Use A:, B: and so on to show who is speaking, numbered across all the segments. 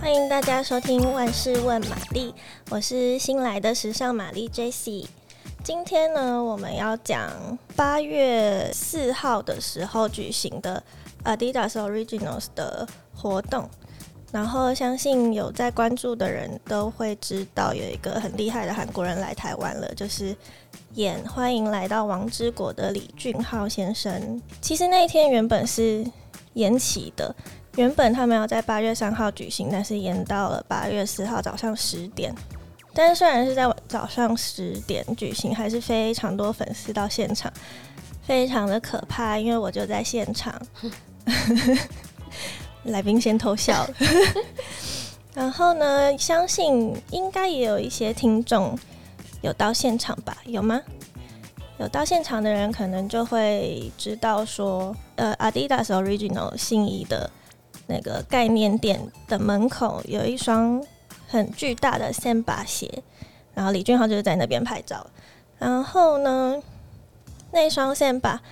A: 欢迎大家收听《万事问玛丽》，我是新来的时尚玛丽 Jessie。今天呢，我们要讲八月四号的时候举行的 Adidas Originals 的活动。然后，相信有在关注的人都会知道，有一个很厉害的韩国人来台湾了，就是演《欢迎来到王之国》的李俊昊先生。其实那一天原本是延期的，原本他们要在八月三号举行，但是延到了八月四号早上十点。但是虽然是在早上十点举行，还是非常多粉丝到现场，非常的可怕，因为我就在现场。 来宾先偷笑 了。然后呢，相信应该也有一些听众有到现场吧？有吗？有到现场的人可能就会知道说，呃，Adidas Original 信义的那个概念店的门口有一双很巨大的三把鞋，然后李俊昊就是在那边拍照。然后呢，那双三把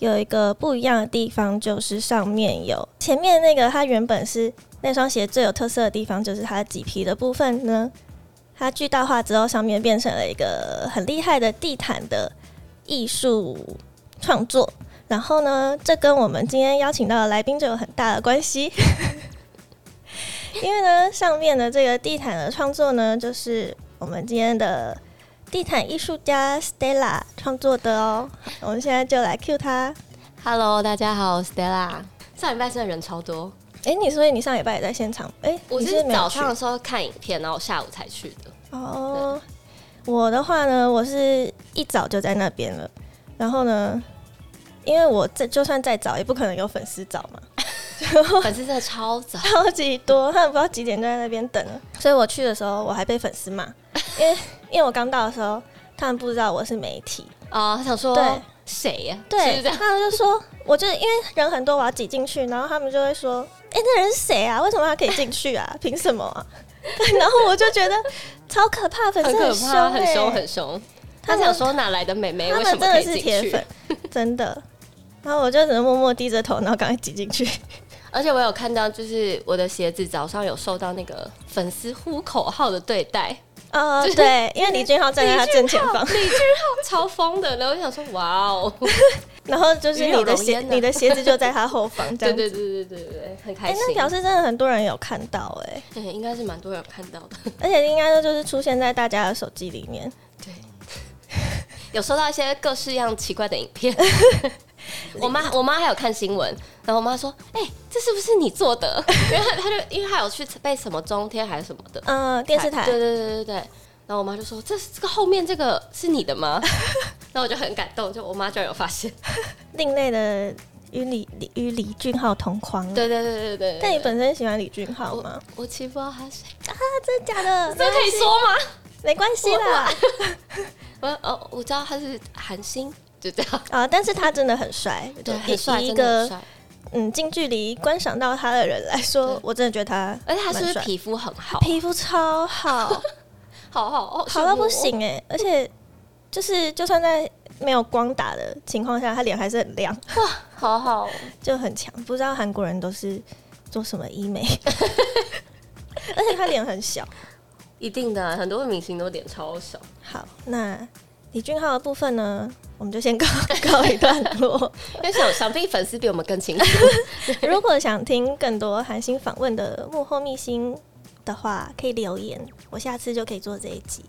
A: 有一个不一样的地方，就是上面有前面那个，它原本是那双鞋最有特色的地方，就是它麂皮的部分呢，它巨大化之后，上面变成了一个很厉害的地毯的艺术创作。然后呢，这跟我们今天邀请到的来宾就有很大的关系， 因为呢，上面的这个地毯的创作呢，就是我们今天的地毯艺术家 Stella 创作的哦。我们现在就来 cue 他。
B: Hello，大家好我是，Stella。上礼拜真的人超多，
A: 哎、你所以你上礼拜也在现场？哎、
B: 我
A: 你
B: 是
A: 没有
B: 早
A: 去
B: 上的时候看影片，然后下午才去的。
A: 哦。我的话呢，我是一早就在那边了，然后呢，因为我这就算再早，也不可能有粉丝早嘛，
B: 粉丝真的超早，
A: 超级多，他们不知道几点就在那边等了。所以我去的时候，我还被粉丝骂，因为 因为我刚到的时候，他们不知道我是媒体，
B: 啊、他想说
A: 对
B: 谁呀？
A: 对，
B: 是这样。
A: 他们就说，我就是因为人很多，我要挤进去，然后他们就会说，哎、那人是谁啊？为什么他可以进去啊？凭什么啊？ 然后我就觉得超可怕，粉
B: 很
A: 丝
B: 可
A: 凶、
B: 怕，很
A: 欸
B: 凶，很凶。
A: 他
B: 他
A: 们
B: 想说哪来的妹妹？
A: 他
B: 为
A: 们
B: 什
A: 真
B: 么可
A: 的
B: 以
A: 是
B: 进
A: 铁
B: 去
A: 粉？，真的。然后我就只能默默低着头，然后赶快挤进 去。
B: 而且我有看到，就是我的鞋子早上有受到那个粉丝呼口号的对待，
A: 哦，
B: 就是
A: 对，因为李俊昊站在他正前方，
B: 李俊浩超疯的。然后我想说，哇哦，
A: 然后就是你
B: 与有
A: 的
B: 荣
A: 鞋，
B: 焉啊
A: 你的鞋子就在他后 方，这
B: 对
A: 样。
B: 对对对对对对，很
A: 哎、
B: 开心。
A: 那表示真的很多人有看到哎、
B: 对应该是蛮多人有看到的。
A: 而且应该就是出现在大家的手机里面。
B: 对，有收到一些各式样奇怪的影 片。我妈，
A: 嗯
B: 我妈还有看新闻，然后我妈说：“哎、这是不是你做的？” 因为她她就因为她有去被什么中天还是什么的
A: 嗯、电视台
B: 对对对对对。然后我妈就说：“这是这个后面这个是你的吗？” 然后我就很感动，就我妈居然有发现。
A: 嗯另类的与李与李俊昊同框。
B: 对对对对对对。
A: 但你本身喜欢李俊昊吗
B: 我？啊我其实不知道她是谁，
A: 真的假的？
B: 这可以说吗？
A: 没关系啦。
B: 我哦，我知道她是韩星，就这样。
A: 啊，但是他真的很帅，
B: 对，
A: 以
B: 很帅，
A: 以一
B: 真的很
A: 个
B: 帅。
A: 嗯近距离观赏到他的人来说
B: 对，
A: 我真的觉得他，
B: 而且他是不
A: 蛮
B: 是
A: 帅
B: 皮肤很好？
A: 皮肤超好，
B: 好好
A: 好到不。行哎、而且就是就算在没有光打的情况下，他脸还是很亮，
B: 好好，
A: 就很强。不知道韩国人都是做什么医美， 而且他脸很小。
B: 一定的，很多明星都脸超小。
A: 好，那李俊昊的部分呢，我们就先告 告一段落。
B: 因为想想必粉丝比我们更清楚。
A: 如果想听更多韩星访问的幕后秘辛的话，可以留言，我下次就可以做这一 集。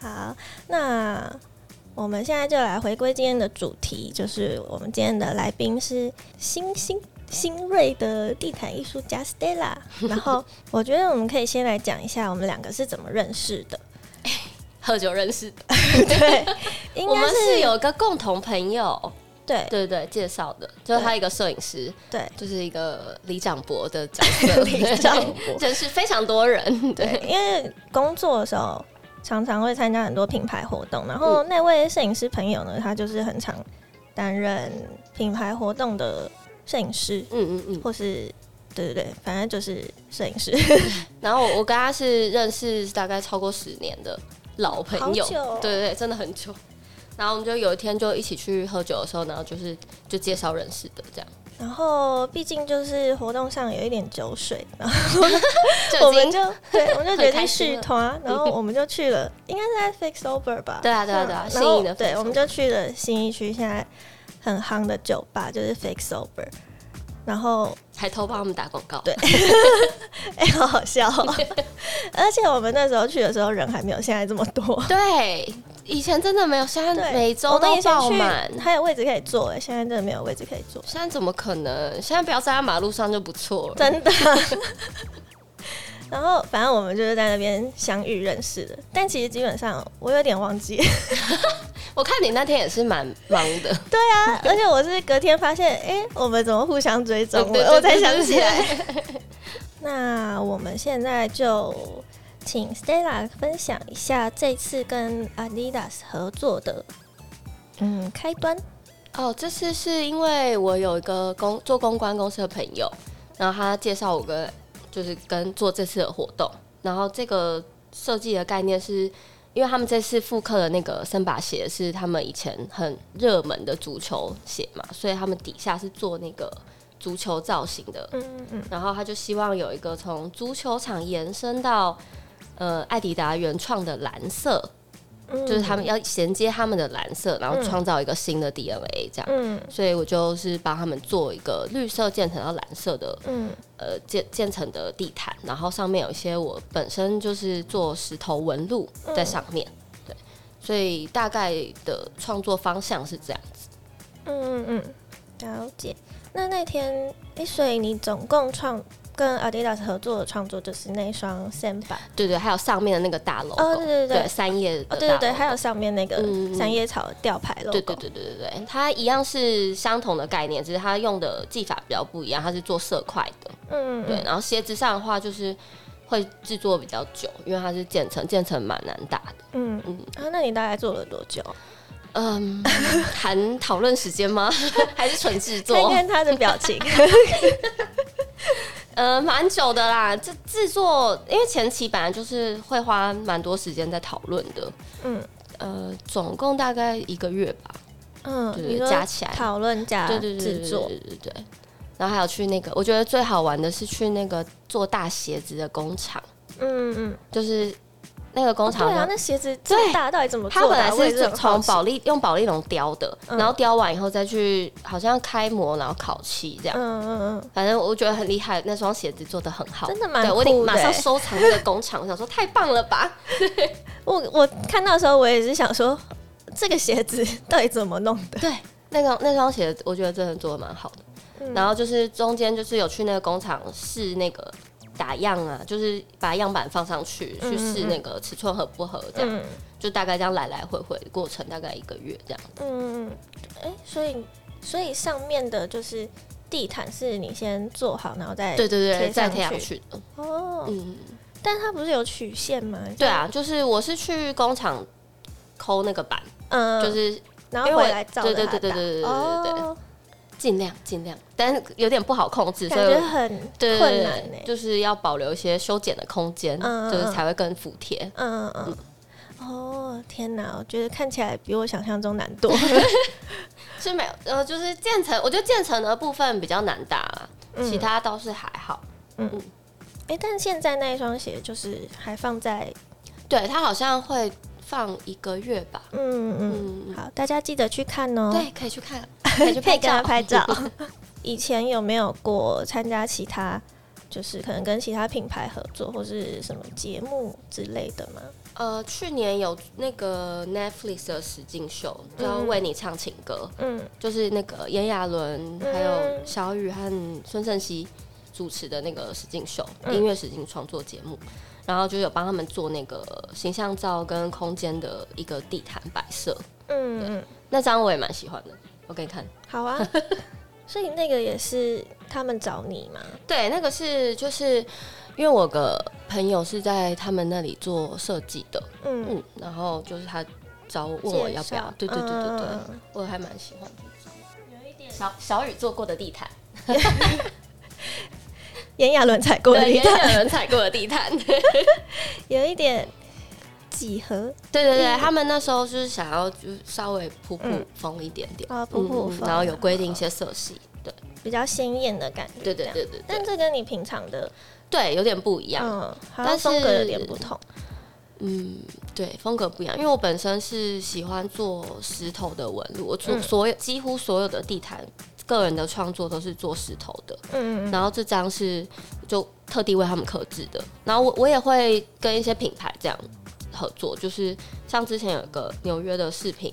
A: 好，那我们现在就来回归今天的主题，就是我们今天的来宾是新星新锐的地毯艺术家 Stella。然后我觉得我们可以先来讲一下我们两个是怎么认识 的。
B: 喝酒认识的，
A: 对，应
B: 我
A: 该
B: 们
A: 是
B: 是有一个共同朋友，
A: 对
B: 对对，介绍的，就是他一个摄影师，
A: 对
B: 就是一个李长博的角 色，
A: 李长 嗯博
B: 认识非常多人，
A: 对
B: 对，，
A: 因为工作的时候常常会参加很多品牌活动，然后
B: 嗯
A: 那位摄影师朋友呢，他就是很常担任品牌活动的摄影师，
B: 嗯嗯嗯。
A: 或是对对对，反正就是摄影师。
B: 嗯然后我我跟他是认识大概超过十年的老朋友，
A: 好久哦
B: 对对对，真的很久。然后我们就有一天就一起去喝酒的时候，然后就是就介绍认识的这样，
A: 然后毕竟就是活动上有一点酒水，然后
B: 就
A: 我
B: 已经
A: 们就对，我们就决
B: 很开
A: 定
B: 心
A: 续
B: 了
A: 团， 然后我们就去了，应该是在 Fix Over 吧？
B: 对啊对啊对啊
A: 嗯
B: 信
A: 然后
B: 义的 Fix
A: 对，
B: Over
A: 我们就去了新一区现在很夯的酒吧，就是 Fix Over。然后，
B: 还偷帮他们打广告。
A: 对 哎、好好笑、 哦！而且我们那时候去的时候人还没有现在这么多，
B: 对，以前真的没有，现在
A: 对，
B: 每
A: 我
B: 周
A: 们
B: 都
A: 以前
B: 爆
A: 去
B: 满。
A: 还有位置可以坐，哎，现在真的没有位置可以坐，
B: 现在怎么可能？现在不要站在马路上就不错了。
A: 真的。 然后，反正我们就是在那边相遇认识的，但其实基本上我有点忘记，
B: 我看你那天也是蛮忙的，
A: 对啊，而且我是隔天发现，哎、我们怎么互相追踪？
B: 对对
A: 我
B: 对
A: 我才想起来。那我们现在就请 Stella 分享一下这次跟 Adidas 合作的，嗯，开端。
B: 哦，这次是因为我有一个公做公关公司的朋友，然后他介绍我跟就是跟做这次的活动，然后这个设计的概念是。因为他们这次复刻的那个森巴鞋是他们以前很热门的足球鞋嘛，所以他们底下是做那个足球造型的
A: 嗯嗯
B: 然后他就希望有一个从足球场延伸到呃艾迪达原创的蓝色，
A: 嗯
B: 就是他们，要衔接他们的蓝色，然后
A: 嗯
B: 创造一个新的 DNA 这样。
A: 嗯
B: 所以我就是帮他们做一个绿色渐层到蓝色的
A: 嗯
B: 呃渐渐层的地毯，然后上面有一些我本身就是做石头纹路在上面，对，所以大概的创作方向是这样。
A: 嗯嗯嗯，了解。那那天，哎、所以你总共创跟 Adidas 合作的创作就是那双 Samba，
B: 对对，还有上面的那个大 logo，、
A: 哦对对对对
B: 三叶的大
A: 哦
B: logo、
A: 对对对，还有上面那个
B: 嗯嗯嗯
A: 三叶草吊牌 logo，
B: 对对对对对对，它一样是相同的概念，只是它用的技法比较不一样，它是做色块的。
A: 嗯，嗯
B: 对，，然后鞋子上的话就是会制作比较久，因为它是渐层，渐层蛮难打的。
A: 嗯
B: 嗯
A: 嗯，啊，那你大概做了多久？
B: 嗯，谈讨论时间吗？ 还是纯制
A: 看
B: 作？
A: 看他的表情。
B: 呃，蛮久的啦。这制作因为前期本来就是会花蛮多时间在讨论的，
A: 嗯
B: 呃，总共大概一个月吧。
A: 嗯，
B: 对
A: 你说
B: 加起来
A: 讨论加
B: 对对对对
A: 啊制作，
B: 对对对对。然后还有去那个，我觉得最好玩的是去那个做大鞋子的工厂，
A: 嗯嗯，
B: 就是那个工
A: 哦对
B: 厂
A: 啊，
B: 呢，
A: 那鞋子这么
B: 对
A: 大，到底怎么
B: 它
A: 做
B: 本
A: 的啊？
B: 来
A: 我也
B: 是
A: 很好
B: 从
A: 奇
B: 保利用保利龙雕的，
A: 嗯
B: 然后雕完以后再去好像开模，然后烤漆这样。
A: 嗯嗯嗯，
B: 反正我觉得很厉害，那双鞋子做的很好，
A: 真的蛮
B: 对我
A: 酷
B: 得
A: 的
B: 马上
A: 欸
B: 收藏那个工厂，我想说太棒了吧？
A: 我我看到的时候，我也是想说，这个鞋子 到底怎么弄的？
B: 对， 那个那双鞋子我觉得真的做的蛮好的。
A: 嗯
B: 然后就是中间就是有去那个工厂试那个打样啊，就是把样板放上去
A: 嗯
B: 去试那个尺寸合不合，这样、
A: 嗯
B: 就大概这样来来回回过程大概一个月这样。
A: 嗯，哎，所以所以上面的就是地毯是你先做好，然后再
B: 对对对，
A: 贴
B: 再
A: 上
B: 贴上
A: 去
B: 去的。
A: 哦，
B: 嗯，
A: 但它不是有曲线吗？
B: 对啊，就是我是去工厂抠那个板，
A: 嗯，
B: 就是
A: 然
B: 因
A: 后回
B: 为我
A: 来照
B: 对
A: 着
B: 对
A: 它
B: 对对
A: 打
B: 对对对
A: 哦
B: 对对尽量尽量，但是有点不好控制，所
A: 感
B: 以
A: 觉
B: 我
A: 很
B: 对
A: 困
B: 对
A: 难
B: 对
A: 呢
B: 对，。就是要保留一些修剪的空间，
A: 嗯嗯
B: 就是
A: 嗯
B: 才会更服帖。
A: 嗯嗯嗯，哦，天哪，我觉得看起来比我想象中难 多。
B: 是没有，呃，就是建成，我觉得建成的部分比较难打啊、
A: 嗯
B: 其他倒是还好。
A: 哎、但现在那一双鞋就是还放在，
B: 对他好像会放一个月吧。
A: 嗯嗯，
B: 嗯，
A: 好，大家记得去看哦。
B: 对，可以去看，可以 去
A: 可
B: 拍
A: 以跟他
B: 照。
A: 拍照。以前有没有过参加其他，就是可能跟其他品牌合作或是什么节目之类的吗？
B: 呃，去年有那个 Netflix 的实境秀，叫《
A: 嗯
B: 为你唱情歌》，
A: 嗯
B: 就是那个炎亚纶、
A: 嗯
B: 还有小雨和孙盛熙主持的那个实境秀，
A: 嗯
B: 音乐实境创作节目。然后就有帮他们做那个形象照跟空间的一个地毯摆设，
A: 嗯嗯，
B: 那张我也蛮喜欢的，我给你看。
A: 好 啊。所以那个也是他们找你吗？
B: 对，那个是就是因为我有个朋友是在他们那里做设计的，
A: 嗯，
B: 嗯，然后就是他找我问我要不要，对对对对对，
A: 嗯
B: 我还蛮喜欢的。小小雨做过的地毯，
A: 炎亚纶踩过的
B: 对，
A: 地
B: 也
A: 毯，
B: 有人踩过的地毯，
A: 有一点几何
B: 对对
A: 嗯
B: 对，他们那时候就是想要就是稍微普普风一点点，
A: 啊，普普
B: 嗯
A: 风，
B: 然后有规定一些色系，对
A: 比较鲜艳的感觉。这
B: 对对
A: 样
B: 对对对
A: 但这跟你平常的
B: 对，有点不一样。
A: 嗯，好
B: 但
A: 像
B: 是
A: 风格有点不同。
B: 嗯，对，风格不一样，因为我本身是喜欢做石头的纹路，我做
A: 嗯
B: 所有、几乎所有的地毯，个人的创作都是做石头的。
A: 嗯嗯
B: 然后这张是就特地为他们刻制的，然后我我也会跟一些品牌这样合作，就是像之前有一个纽约的饰品。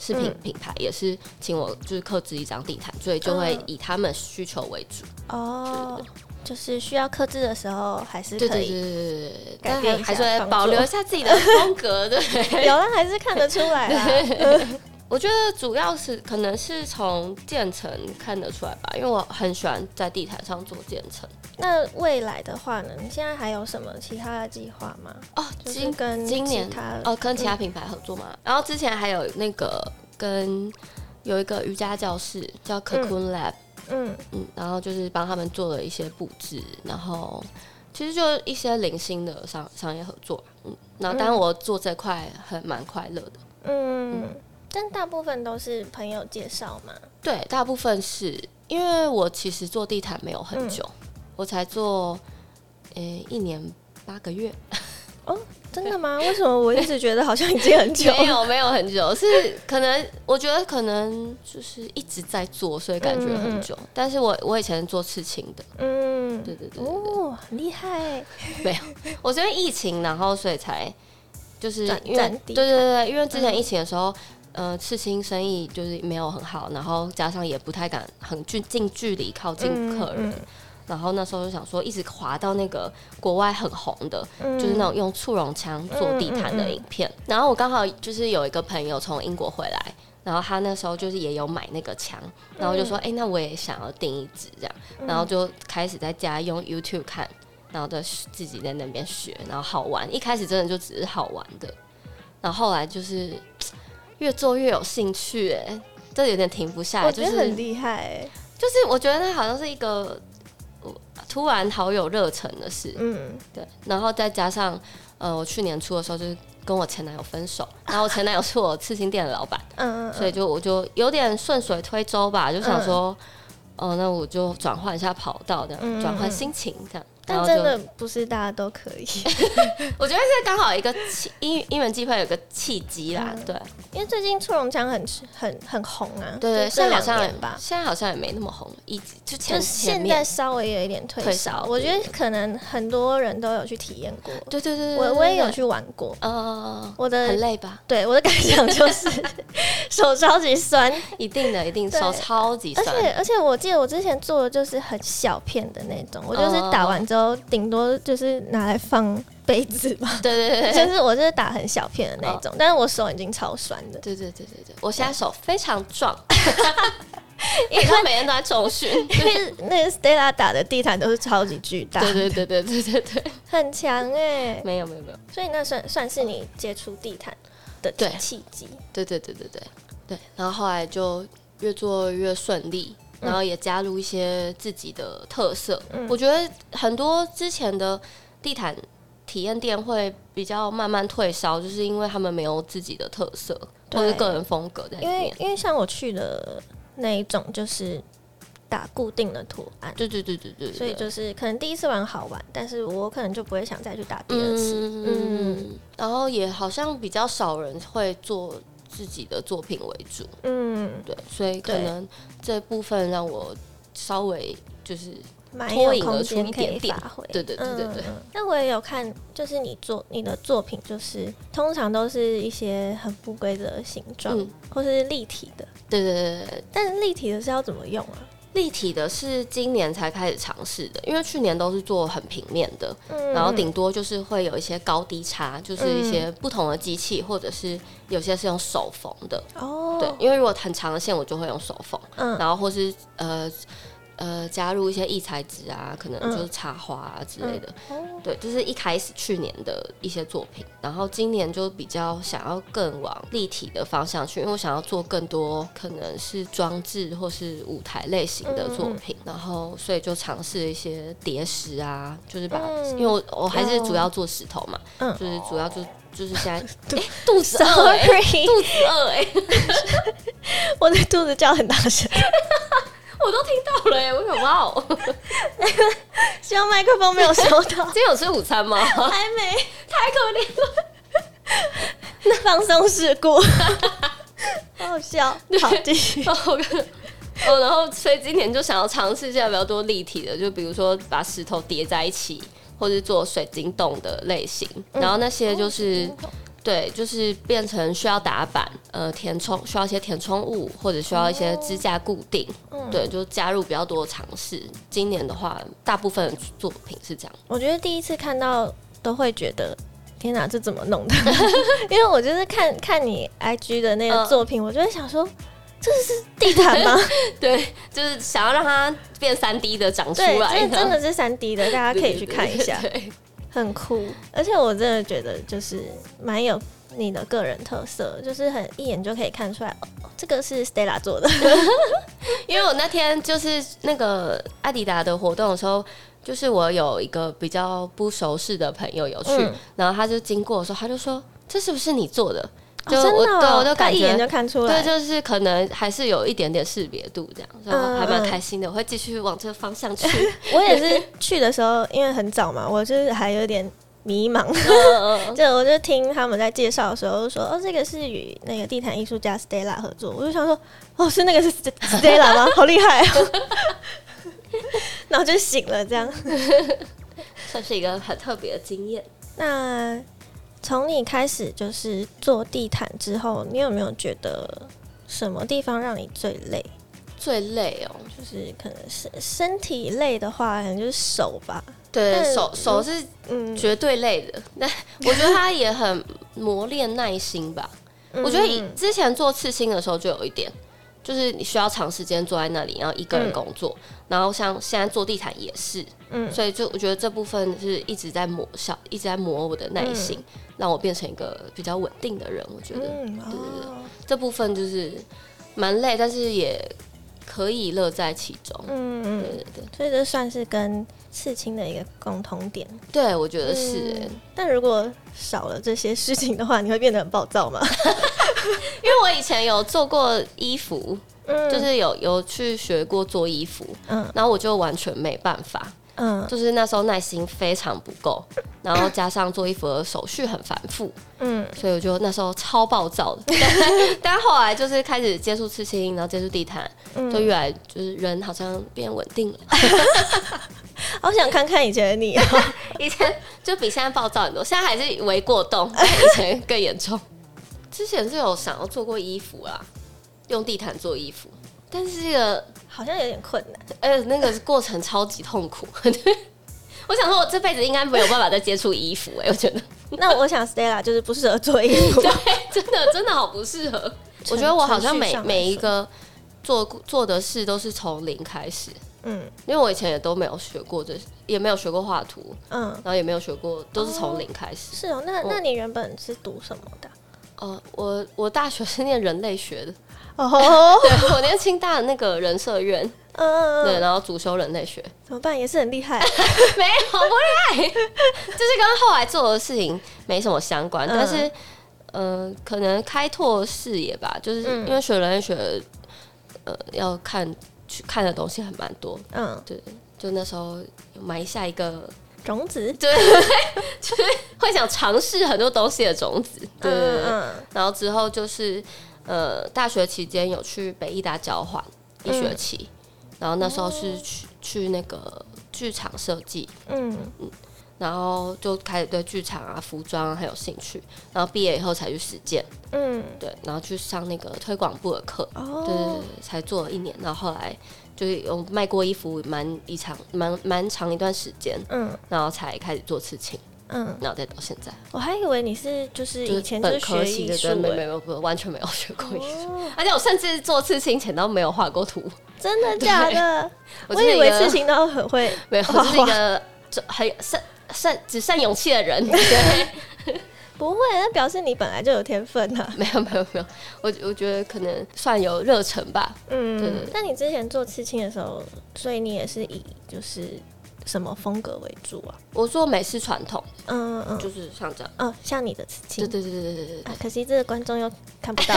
B: 饰品
A: 嗯
B: 品牌也是请我就是刻制一张地毯，所以就会
A: 嗯
B: 以他们需求为主。
A: 嗯，哦，就是需要克制的时候还是
B: 对
A: 可
B: 对
A: 以，
B: 对对对对，
A: 改
B: 但
A: 变
B: 还
A: 一
B: 还是
A: 下
B: 会
A: 创
B: 保
A: 作
B: 留一下自 己的风格，对。
A: 有了还是看得出来啊 啦。
B: 我觉得主要是可能是从建成看得出来吧，因为我很喜欢在地毯上做建成
A: 那未来的话呢？你现在还有什么其他的计划吗？
B: 哦。
A: 就是
B: 今
A: 跟
B: 今年
A: 其他嗯
B: 哦跟其他品牌合作嘛，然后之前还有那个跟有一个瑜伽教室叫 Cocoon Lab，
A: 嗯
B: 嗯然后就是帮他们做了一些布置，然后其实就一些零星的商商业合作，嗯，然后当然我做这块很蛮快乐的。
A: 嗯，但大部分都是朋友介绍嘛。
B: 对，大部分是因为我其实做地毯没有
A: 嗯
B: 很久，我才做呃一年八个月，
A: 真的吗？为什么我一直觉得好像已经很久？
B: 没有没有很久，是可能我觉得可能就是一直在做，所以感觉很久。但是我我以前做刺青的，
A: 嗯，
B: 对对对对对，
A: 哦，很厉害。
B: 我是因为疫情，然后所以才就是
A: 转
B: 因为
A: 转地
B: 对对对，因为之前
A: 嗯
B: 疫情的时候。呃，刺青生意就是没有很好，然后加上也不太敢很近近距离靠近客人，
A: 嗯
B: 然后那时候就想说，一直滑到那个国外很红的，
A: 嗯
B: 就是那种用触绒枪做地毯的影片。然后我刚好就是有一个朋友从英国回来，然后他那时候就是也有买那个枪，然后就说，
A: 嗯
B: 哎、那我也想要订一支这样，然后就开始在家用 YouTube 看。然后就自己在那边学，然后好玩。一开始真的就只是好玩的，然后后来就是越做越有兴趣、哎，这有点停不下来，
A: 我
B: 就
A: 觉
B: 是
A: 得很厉害欸。
B: 就是我觉得那好像是一个我突然好有热忱的事，
A: 嗯，
B: 对。然后再加上呃，我去年初的时候就是跟我前男友分手，然后我前男友是我刺青店的老板，
A: 嗯嗯，嗯
B: 所以就我就有点顺水推舟吧，就想说，哦、那我就转换一下跑道，这
A: 嗯嗯
B: 样转换心情，这样。然
A: 但
B: 后
A: 真
B: 就
A: 的不是大家都 可以，
B: 我觉得是刚好一个契因因缘际会，有个契机啦，
A: 嗯
B: 对
A: 因为最近触龙枪很很很红啊，
B: 对对，
A: 就
B: 现
A: 这
B: 在好
A: 两
B: 像也
A: 年吧，
B: 现在好像也没那么红，一直
A: 就
B: 就前
A: 是
B: 前
A: 现
B: 面
A: 在，稍微有一点退
B: 退
A: 烧
B: 烧，
A: 我觉
B: 对嗯
A: 得可能很多人都有去体验过，
B: 对对对，对
A: 我我也有，
B: 对
A: 去玩过，
B: 对呃，
A: 我的
B: 很累吧？
A: 对我的感想就是 手超级酸，
B: 一定的，一定
A: 对
B: 手超级
A: 而
B: 酸。
A: 且而且我记得我之前做的就是很小片的那
B: 哦
A: 种，我就是打完之后顶多就是拿来放杯子 吧，
B: 对对 对
A: 就
B: 对
A: 是我就是打很小片的那种，但是我手已经超酸的。
B: 哦对对对对对，我现在手非常壮，因为他每天都在重训。
A: 因为那个 Stella 打的地毯都是超级巨大，
B: 对对对对对对对，
A: 很强哎、
B: 没有没有没有，
A: 所以那算算是你接触地毯的
B: 对
A: 契机。
B: 对对对对对对。然后后来就越做越顺利，然后也加入一些自己的特色。我觉得很多之前的地毯体验店会比较慢慢退烧，就是因为他们没有自己的特色或
A: 对
B: 是个人风格在里
A: 因为
B: 面。
A: 因为像我去的那一种就是打固定的图案，
B: 对对对对对，对
A: 所以就是可能第一次玩好玩，但是我可能就不会想再去打第二次。
B: 嗯，嗯然后也好像比较少人会做自己的作品为主，
A: 嗯，
B: 对，所以可
A: 对
B: 能这部分让我稍微就是
A: 蛮
B: 脱
A: 有
B: 颖
A: 空
B: 而出
A: 间
B: 一
A: 可以
B: 点点
A: 发挥。
B: 对对对对对
A: 嗯那我也有看，就是你做你的作品，就是通常都是一些很不规则的形状，
B: 嗯
A: 或是立体的。
B: 对对对对对，
A: 但是立体的是要怎么用啊？
B: 立体的是今年才开始尝试的，因为去年都是做很平面的，
A: 嗯
B: 然后顶多就是会有一些高低差，就是一些不同的机器，或者是有些是用手缝的，
A: 哦，
B: 对，因为如果很长的线，我就会用手缝。
A: 嗯，
B: 然后或是呃呃加入一些异材质啊，可能
A: 嗯
B: 就是插花啊之类的。
A: 哦
B: 对，这、是一开始去年的一些作品，然后今年就比较想要更往立体的方向去，因为我想要做更多可能是装置或是舞台类型的
A: 嗯
B: 作品，然后所以就尝试一些叠石啊，就是把、
A: 嗯
B: 因为我我还是
A: 哦
B: 主要做石头嘛，
A: 嗯
B: 就是主要就就是 现在，
A: 肚
B: 哎、肚子 饿、欸，
A: Sorry
B: 肚子饿、欸，哎，
A: 我的肚子叫很大声，
B: 我都听到了、欸，哎，我想哇哦，
A: 希望麦克风 没有收到，
B: 今天有吃午餐 吗？太
A: 还没
B: 可怜了，
A: 放松事 故，好好笑。好，继续。
B: 然后我跟哦，然后所以今年就想要尝试一下比较多立体的，就比如说把石头叠在一起，或是做水晶洞的类型，
A: 嗯
B: 然后那些就是。
A: 哦
B: 对，就是变成需要打板，呃，填充需要一些填充物，或者需要一些支架固定，
A: 嗯
B: 对，就加入比较多的尝试。今年的话，大部分的作品是这样，
A: 我觉得第一次看到都会觉得。天哪，这怎么 弄的？因为我就是看看你 IG 的那个
B: 嗯
A: 作品，我就会想说，这是地毯吗？
B: 对，就是想要让它变三 D 的长出
A: 对，
B: 来，
A: 这真的是三 D 的，大
B: 这样
A: 家可以去看一下，
B: 对对对对
A: 很酷。而且我真的觉得就是蛮有你的个人特色，就是很一眼就可以看出来，哦、这个是 Stella 做的。
B: 因为我那天就是那个阿迪达的活动的时候，就是我有一个比较不熟识的朋友有去，
A: 嗯
B: 然后他就经过的时候，他就说：“这是不是你做的？”
A: 哦
B: 就
A: 真
B: 我、
A: 的哦、
B: 对我就
A: 他
B: 感
A: 一眼就
B: 觉。
A: 看出来，
B: 对，就是可能还是有一点点识别度这样，所
A: 嗯
B: 以我还蛮
A: 嗯
B: 开心的，我会继续往这个 方向去。
A: 我也是去的时候，因为很早嘛，我就是还有点迷茫。
B: 嗯嗯
A: 就我就听他们在介绍的时候就说，哦，这个是与那个地毯艺术家 Stella 合作，我就想说，哦，是那个是 Ste- Stella 吗？好厉害、哦！ 然后就醒了，这样。
B: 算是一个很特别的经验。
A: 那从你开始就是做地毯之后，你有没有觉得什么地方让你最累？
B: 最累哦，
A: 就是可能是身体累的话，可能就是手吧。
B: 对
A: 但
B: 手手是
A: 嗯，
B: 绝对累的，但我觉得他也很磨练耐心吧。我觉得以
A: 嗯
B: 之前做刺青的时候就有一点，就是你需要长时间坐在那里，然后一个人
A: 嗯
B: 工作，然后像现在做地毯也是，
A: 嗯
B: 所以就我觉得这部分是一直在磨小，一直在磨我的耐心，让我变成一个比较稳定的人。我觉得、
A: 嗯
B: 对对
A: 哦
B: 这部分就是蛮累，但是也可以乐在其中。
A: 嗯
B: 对
A: 嗯，
B: 对对，
A: 所以这算是跟刺青的一个共同点。
B: 对我觉得是、欸
A: 嗯但如果少了这些事情的话，你会变得很暴躁吗？
B: 因为我以前有做过衣服，
A: 嗯
B: 就是有有去学过做衣服，
A: 嗯
B: 然后我就完全没办法，
A: 嗯
B: 就是那时候耐心非常不够，然后加上做衣服的手续很繁复，
A: 嗯
B: 所以我就那时候超暴躁的。 但但后来就是开始接触刺青，然后接触地毯，就
A: 嗯，
B: 越来就是人好像变稳定了。
A: 好想看看以前的你啊。
B: 以前就比现在暴躁很多，现在还是为过动，但以前更严重。 之前是有想要做过衣服啦，用地毯做衣服，但是这个
A: 好像有点困难，
B: 呃那个过程超级痛苦。 我想说，我这辈子应该没有办法再接触衣服哎、我觉得。
A: 那我想 Stella 就是不适合做衣服，
B: 对，真的真的好不适合。我觉得我好像
A: 程序
B: 每
A: 上来说
B: 每一个做做的事都是从零开始，
A: 嗯
B: 因为我以前也都没有学过这，也没有学过画图，
A: 嗯，
B: 然后也没有学过，都是从零开始。
A: 是哦。那
B: 我
A: 那你原本是读什么的？
B: 呃，我我大学是念人类学的，
A: 哦，
B: 对我念清大的那个人社院，
A: 嗯，
B: 对，
A: 嗯
B: 然后主修人类学，
A: 怎么办？也是很厉 害，
B: 没有不赖， 就是跟后来做的事情没什么相关，
A: 嗯
B: 但是呃，可能开拓视野吧，就是
A: 嗯
B: 因为学人类学，呃，要看去看的东西还蛮多，
A: 嗯，
B: 对，就那时候有埋下一个，
A: 种子，
B: 对，就是会想尝试很多东西的种子，对对对，
A: 嗯
B: 然后之后就是呃，大学期间有去北艺大交换一学期，
A: 嗯
B: 然后那时候是去、去那个剧场设计，
A: 嗯
B: 然后就开始对剧场啊、服装啊很有兴趣，然后毕业以后才去实践，
A: 嗯，
B: 对，然后去上那个推广部的课，对对
A: 哦，
B: 对，才做了一年，然后后来就是有卖过衣服蛮一长蛮蛮长一段时间，
A: 嗯
B: 然后才开始做刺青，
A: 嗯，
B: 然后再到现在，
A: 我还以为你是就是以前就
B: 本
A: 是学
B: 科系
A: 艺
B: 的，
A: 术
B: 对，没
A: 欸
B: 没没没完全没有学过艺术。
A: 哦
B: 而且我甚至做刺青前都没有画过图，
A: 真的假的？我
B: 我就是一
A: 以
B: 个
A: 为刺青都很会
B: 没有，我是一
A: 画画
B: 个就很善善只善勇气的人，对，
A: 不会，那表示你本来就有天分啊。
B: 没有没有没有，我我觉得可能算有热忱吧，对
A: 嗯
B: 对，
A: 那你之前做刺青的时候，所以你也是以就是什么风格为主啊？
B: 我做美式传统，
A: 嗯嗯嗯
B: 就是像这样。
A: 哦，像你的刺青
B: 对对对对对对对
A: 啊，可惜这个观众又看 不到。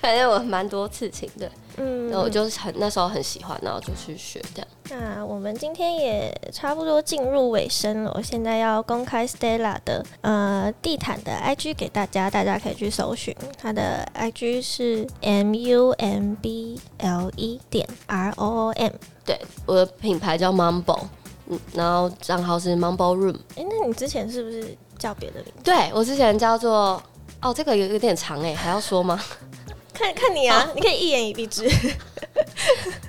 B: 反正我蛮多刺青的，
A: 嗯，
B: 然后我就很那时候很喜欢，然后就去学这样。
A: 那我们今天也差不多进入尾声了，我现在要公开 Stella 的呃地毯的 IG 给大家，大家可以去搜寻她的 IG 是 M U M B L E 点 R O O M。
B: 对，我的品牌叫 Mumble，嗯，然后账号是 Mumble Room。
A: 哎，那你之前是不是叫别的名字？
B: 对我之前叫做哦，这个有有点长哎、还要说吗？
A: 看看你啊，你可以一言以蔽之。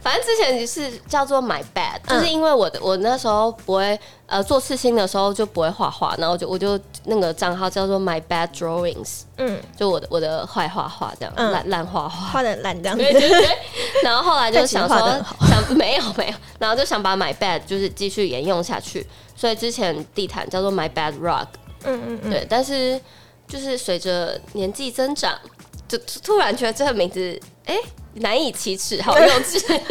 B: 反正之前是叫做 My Bad，就是因为我的我那时候不会呃做刺青的时候就不会画画，然后我就我就那个账号叫做 My Bad Drawings，
A: 嗯，
B: 就我的我的坏画画这样，
A: 嗯
B: 烂烂画画。
A: 画的烂这样子
B: 对。对对， 然后后来就想
A: 但其实画得很
B: 说，想 没有没有，然后就想把 My Bad 就是继续沿用下去，所以之前地毯叫做 My Bad Rug，
A: 嗯嗯嗯，
B: 对，但是就是随着年纪增长，就突突然觉得这个名字哎、难以启齿，好幼稚。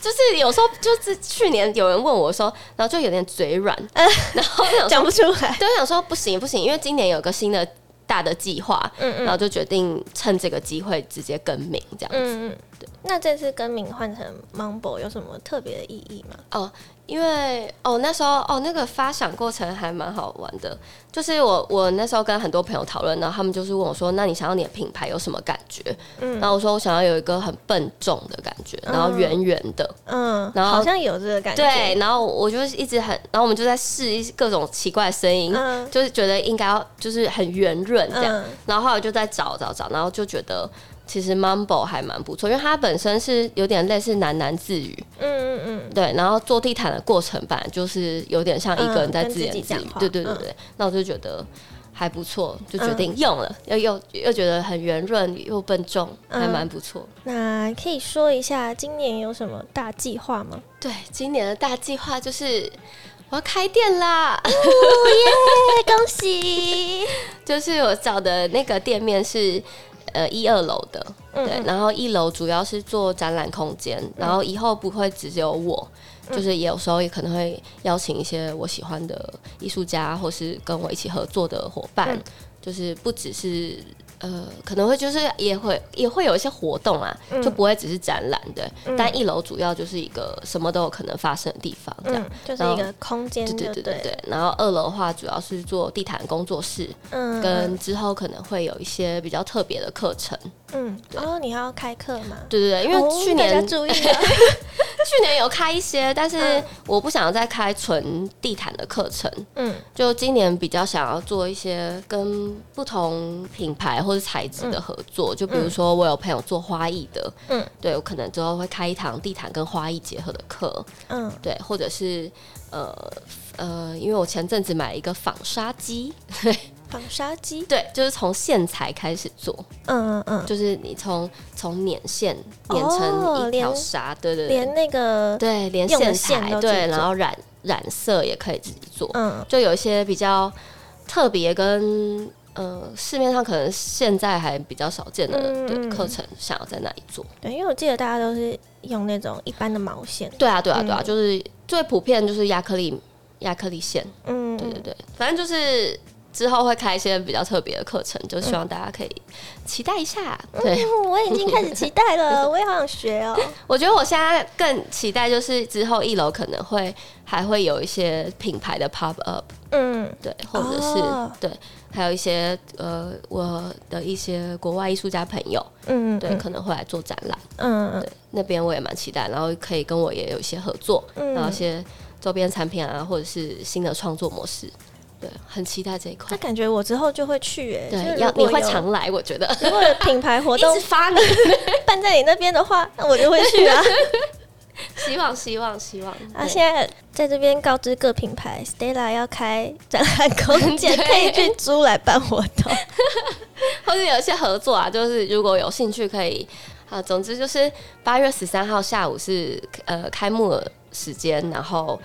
B: 就是有时候就是去年有人问我说，然后就有点嘴 软，然后我想说
A: 讲不出来。
B: 对，我想说不行不行，因为今年有个新的大的计划，
A: 嗯
B: 然后就决定趁这个机会直接更名这样子。
A: 嗯嗯，那这次更名换成 Mumble 有什么特别的意义吗？
B: 哦因为哦那时候哦那个发想过程还蛮好玩的，就是我我那时候跟很多朋友讨论，然后他们就是问我说，那你想要你的品牌有什么感觉？
A: 嗯
B: 然后我说我想要有一个很笨重的感觉，然后圆圆的，
A: 嗯，
B: 然后
A: 好像有这个感觉。
B: 对，，然后我就是一直很，然后我们就在试一各种奇怪的声音，
A: 嗯
B: 就是觉得应该要就是很圆润这样，
A: 嗯
B: 然后后来就在找找找，然后就觉得其实 Mumble 还蛮不错，因为它本身是有点类似喃喃自语，
A: 嗯嗯嗯，
B: 对，然后做地毯的过程本来就是有点像一个人在自言
A: 嗯跟自己
B: 自
A: 讲
B: 语，
A: 话
B: 对对对
A: 嗯
B: 对，那我就觉得还不错，就决
A: 嗯
B: 定用了，又又又觉得很圆润又笨重，还
A: 嗯
B: 蛮不错。
A: 那可以说一下今年有什么大计划吗？
B: 对，今年的大计划就是我要开店啦！
A: 恭喜！
B: 就是我找的那个店面是呃一二楼的，
A: 嗯
B: 对，
A: 嗯
B: 然后一楼主要是做展览空间，然后以后不会只有我，
A: 嗯
B: 就是也有时候也可能会邀请一些我喜欢的艺术家，或是跟我一起合作的伙伴，
A: 嗯
B: 就是不只是。呃，可能会就是也会也会有一些活动啊，就不会只是展览对，
A: 嗯
B: 但一楼主要就是一个什么都有可能发生的地方，这样。
A: 嗯，就是一个空间，
B: 对
A: 就
B: 对
A: 对
B: 对对
A: 了，
B: 对。然后二楼的话，主要是做地毯工作室，
A: 嗯，
B: 跟之后可能会有一些比较特别的课程。
A: 嗯，哦，你要开课吗？
B: 对对对，因为
A: 哦
B: 去年、
A: 大家注意了，
B: 去年有开一些，但是
A: 嗯
B: 我不想再开纯地毯的课程，
A: 嗯
B: 就今年比较想要做一些跟不同品牌或是材质的合作。就比如说，我有朋友做花艺的，
A: 嗯
B: 对我可能之后会开一堂地毯跟花艺结合的课，
A: 嗯，
B: 对，或者是呃呃，因为我前阵子买了一个纺纱机，
A: 纺纱机，
B: 对，就是从线材开始做，
A: 嗯嗯嗯，
B: 就是你从从捻线捻
A: 哦
B: 成一条
A: 连
B: 纱，对对
A: 连
B: 对，
A: 那个，
B: 对连
A: 用的线
B: 线材
A: 都自己
B: 对，
A: 做
B: 然后染染色也可以自己做，
A: 嗯
B: 就有一些比较特别跟呃市面上可能现在还比较少见的
A: 嗯
B: 对
A: 嗯
B: 课程，想要在那里做。
A: 对，因为我记得大家都是用那种一般的毛线，
B: 对啊，对啊，对啊，
A: 嗯
B: 就是最普遍就是亚克力亚克力线，
A: 嗯，
B: 对对对，反正就是。之后会开一些比较特别的课程，就希望大家可以期待一下。对，
A: 嗯，我已经开始期待了，我也好想学哦，
B: 我觉得我现在更期待就是之后一楼可能会还会有一些品牌的 pop up，
A: 嗯
B: 对，或者是、
A: 哦
B: 对，还有一些呃我的一些国外艺术家朋友，
A: 嗯，
B: 对，
A: 嗯
B: 可能会来做展览，
A: 嗯嗯
B: 对，那边我也蛮期待，然后可以跟我也有一些合作，
A: 嗯
B: 然后一些周边产品啊，或者是新的创作模式，对，很期待这一
A: 那
B: 块。
A: 感觉我之后就会去诶、就是
B: 对，
A: 如
B: 要
A: 果
B: 你会
A: 有
B: 常来，我觉得
A: 如果有品牌 活
B: 一
A: 动
B: 直发你，
A: 办在你那边的话，那我就会去啊。
B: 希望希望希望
A: 啊，
B: 对
A: 现在在这边告知各品牌，Stella 要开展览空间，
B: 对
A: 可以去租来办活 动。
B: 或者有一些合作啊，就是如果有兴趣可以啊，总之就是八月十三号下午是呃开幕的时间，然后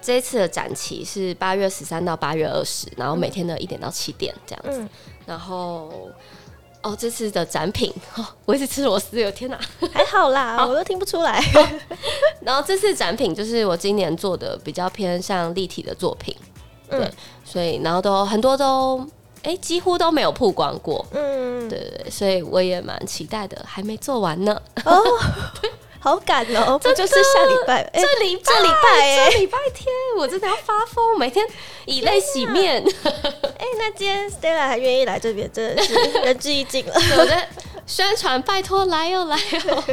B: 这一次的展期是八月十三到八月二十，然后每天的一点到七点这样子，
A: 嗯
B: 然后。哦，这次的展品 哦，我一直吃螺丝，我天哪！
A: 还好啦，我都听不出来。
B: 然后这次展品就是我今年做的比较偏向立体的作品，对，
A: 嗯
B: 所以然后都很多都哎、几乎都没有曝光过，
A: 嗯，
B: 对对对，所以我也蛮期待的，还没做完呢。
A: 哦，好赶哦，不就是下礼拜？哎，
B: 这礼拜
A: 这礼拜哎
B: 这礼拜天，我真的要发疯，每天以泪洗 面。
A: 哎，那今天 Stella 还愿意来这边，真的是仁 至义尽了。
B: 我在宣传，拜托来哦哟、来哟、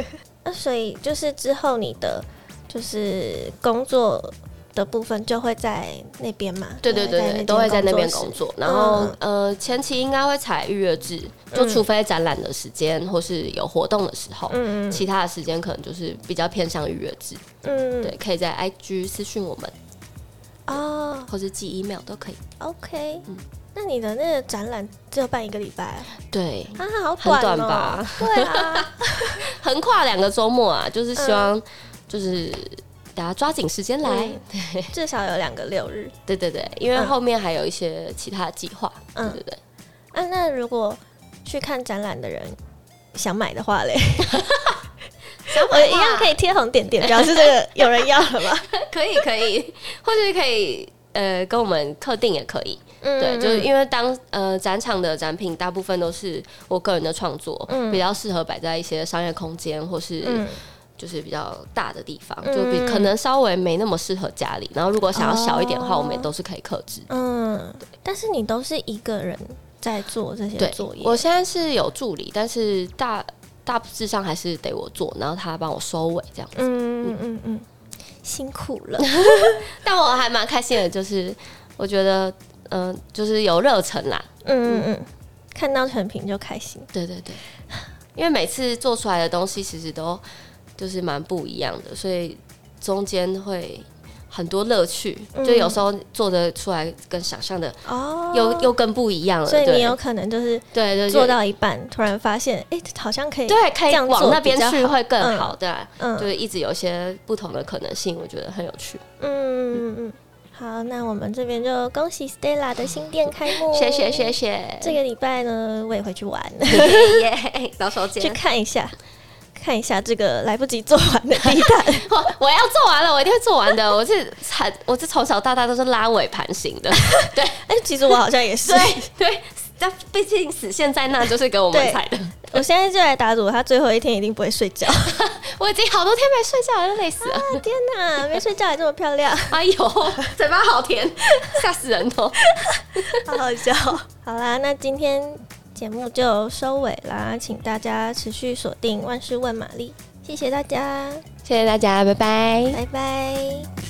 A: 那所以就是之后你的就是工作的部分就会在那边嘛？
B: 对对对对，都会在那边工
A: 作
B: 作。然后、呃，前期应该会采预约制，就除非展览的时间或是有活动的时候，
A: 嗯
B: 其他的时间可能就是比较偏向预约制。
A: 室。嗯，
B: 对，可以在 IG 私讯我们，
A: 哦
B: 或是寄 email 都可以。
A: ，OK。那
B: 嗯
A: 你的那个展览只有办一个礼拜啊，
B: 对，
A: 啊好
B: 很短
A: 哦
B: 吧？
A: 对 啊，
B: 横跨两个周末啊，就是希望就是大家抓紧时间来。
A: 嗯至少有两个六日。
B: 对对对，因为
A: 嗯
B: 后面还有一些其他的计划。
A: 嗯
B: 对对对，
A: 啊，那如果去看展览的人想买的 话嘞，我一样可以贴红点点，表示这个有人要了吧？
B: 可以可以， 或者可以呃跟我们客定也可以。
A: 嗯
B: 对，就是因为当呃展场的展品大部分都是我个人的创作，
A: 嗯
B: 比较适合摆在一些商业空间或是。
A: 嗯
B: 就是比较大的地方，
A: 嗯
B: 就比可能稍微没那么适合家里。然后如果想要小一点的话，
A: 哦
B: 我们也都是可以克制。
A: 嗯，但是你都是一个人在做这些
B: 对
A: 作，业，
B: 我现在是有助理，但是大大致上还是得我做，然后他帮我收尾这样。
A: 嗯嗯嗯嗯，辛苦了，
B: 但我还蛮开心的，就是我觉得，嗯、就是有热忱啦。
A: 嗯嗯嗯，看到成品就开心，
B: 对对对，因为每次做出来的东西其实都就是蛮不一样的，所以中间会很多乐趣。
A: 嗯
B: 就有时候做的出来跟想象的
A: 哦
B: 又又更不一样了。
A: 所以
B: 对
A: 你有可能就是
B: 对对对
A: 做到一半，突然发现，哎、好像可以，
B: 对，可以
A: 这样做
B: 往那边
A: 比较
B: 去
A: 好
B: 会更
A: 嗯
B: 好，对啊、
A: 嗯
B: 就是一直有一些不同的可能性，我觉得很有趣。
A: 嗯嗯嗯，好，那我们这边就恭喜 Stella 的新店开幕，
B: 谢谢谢。谢，
A: 哦这个礼拜呢，我也会去玩，
B: 耶， 到手
A: 去
B: 见。
A: 看一下，看一下这个来不及做完的地 毯。
B: 我我要做完了，我一定会做完的。我是很，我是从小到大都是拉尾盘型的，
A: 哎、其实我好像也是，
B: 对 对。但毕竟死线在那，就是给我们
A: 对
B: 踩的。
A: 我现在就来打赌，他最后一天一定不会睡觉。 啊，
B: 我已经好多天没睡觉了，累死了。
A: 天哪，没睡觉还这么漂亮，
B: 哎呦，嘴巴好甜， 吓死人哦！
A: 好好笑。好啦，那今天节目就收尾啦，请大家持续锁定万事问玛丽，谢谢大家，
B: 谢谢大家，拜拜
A: 拜拜。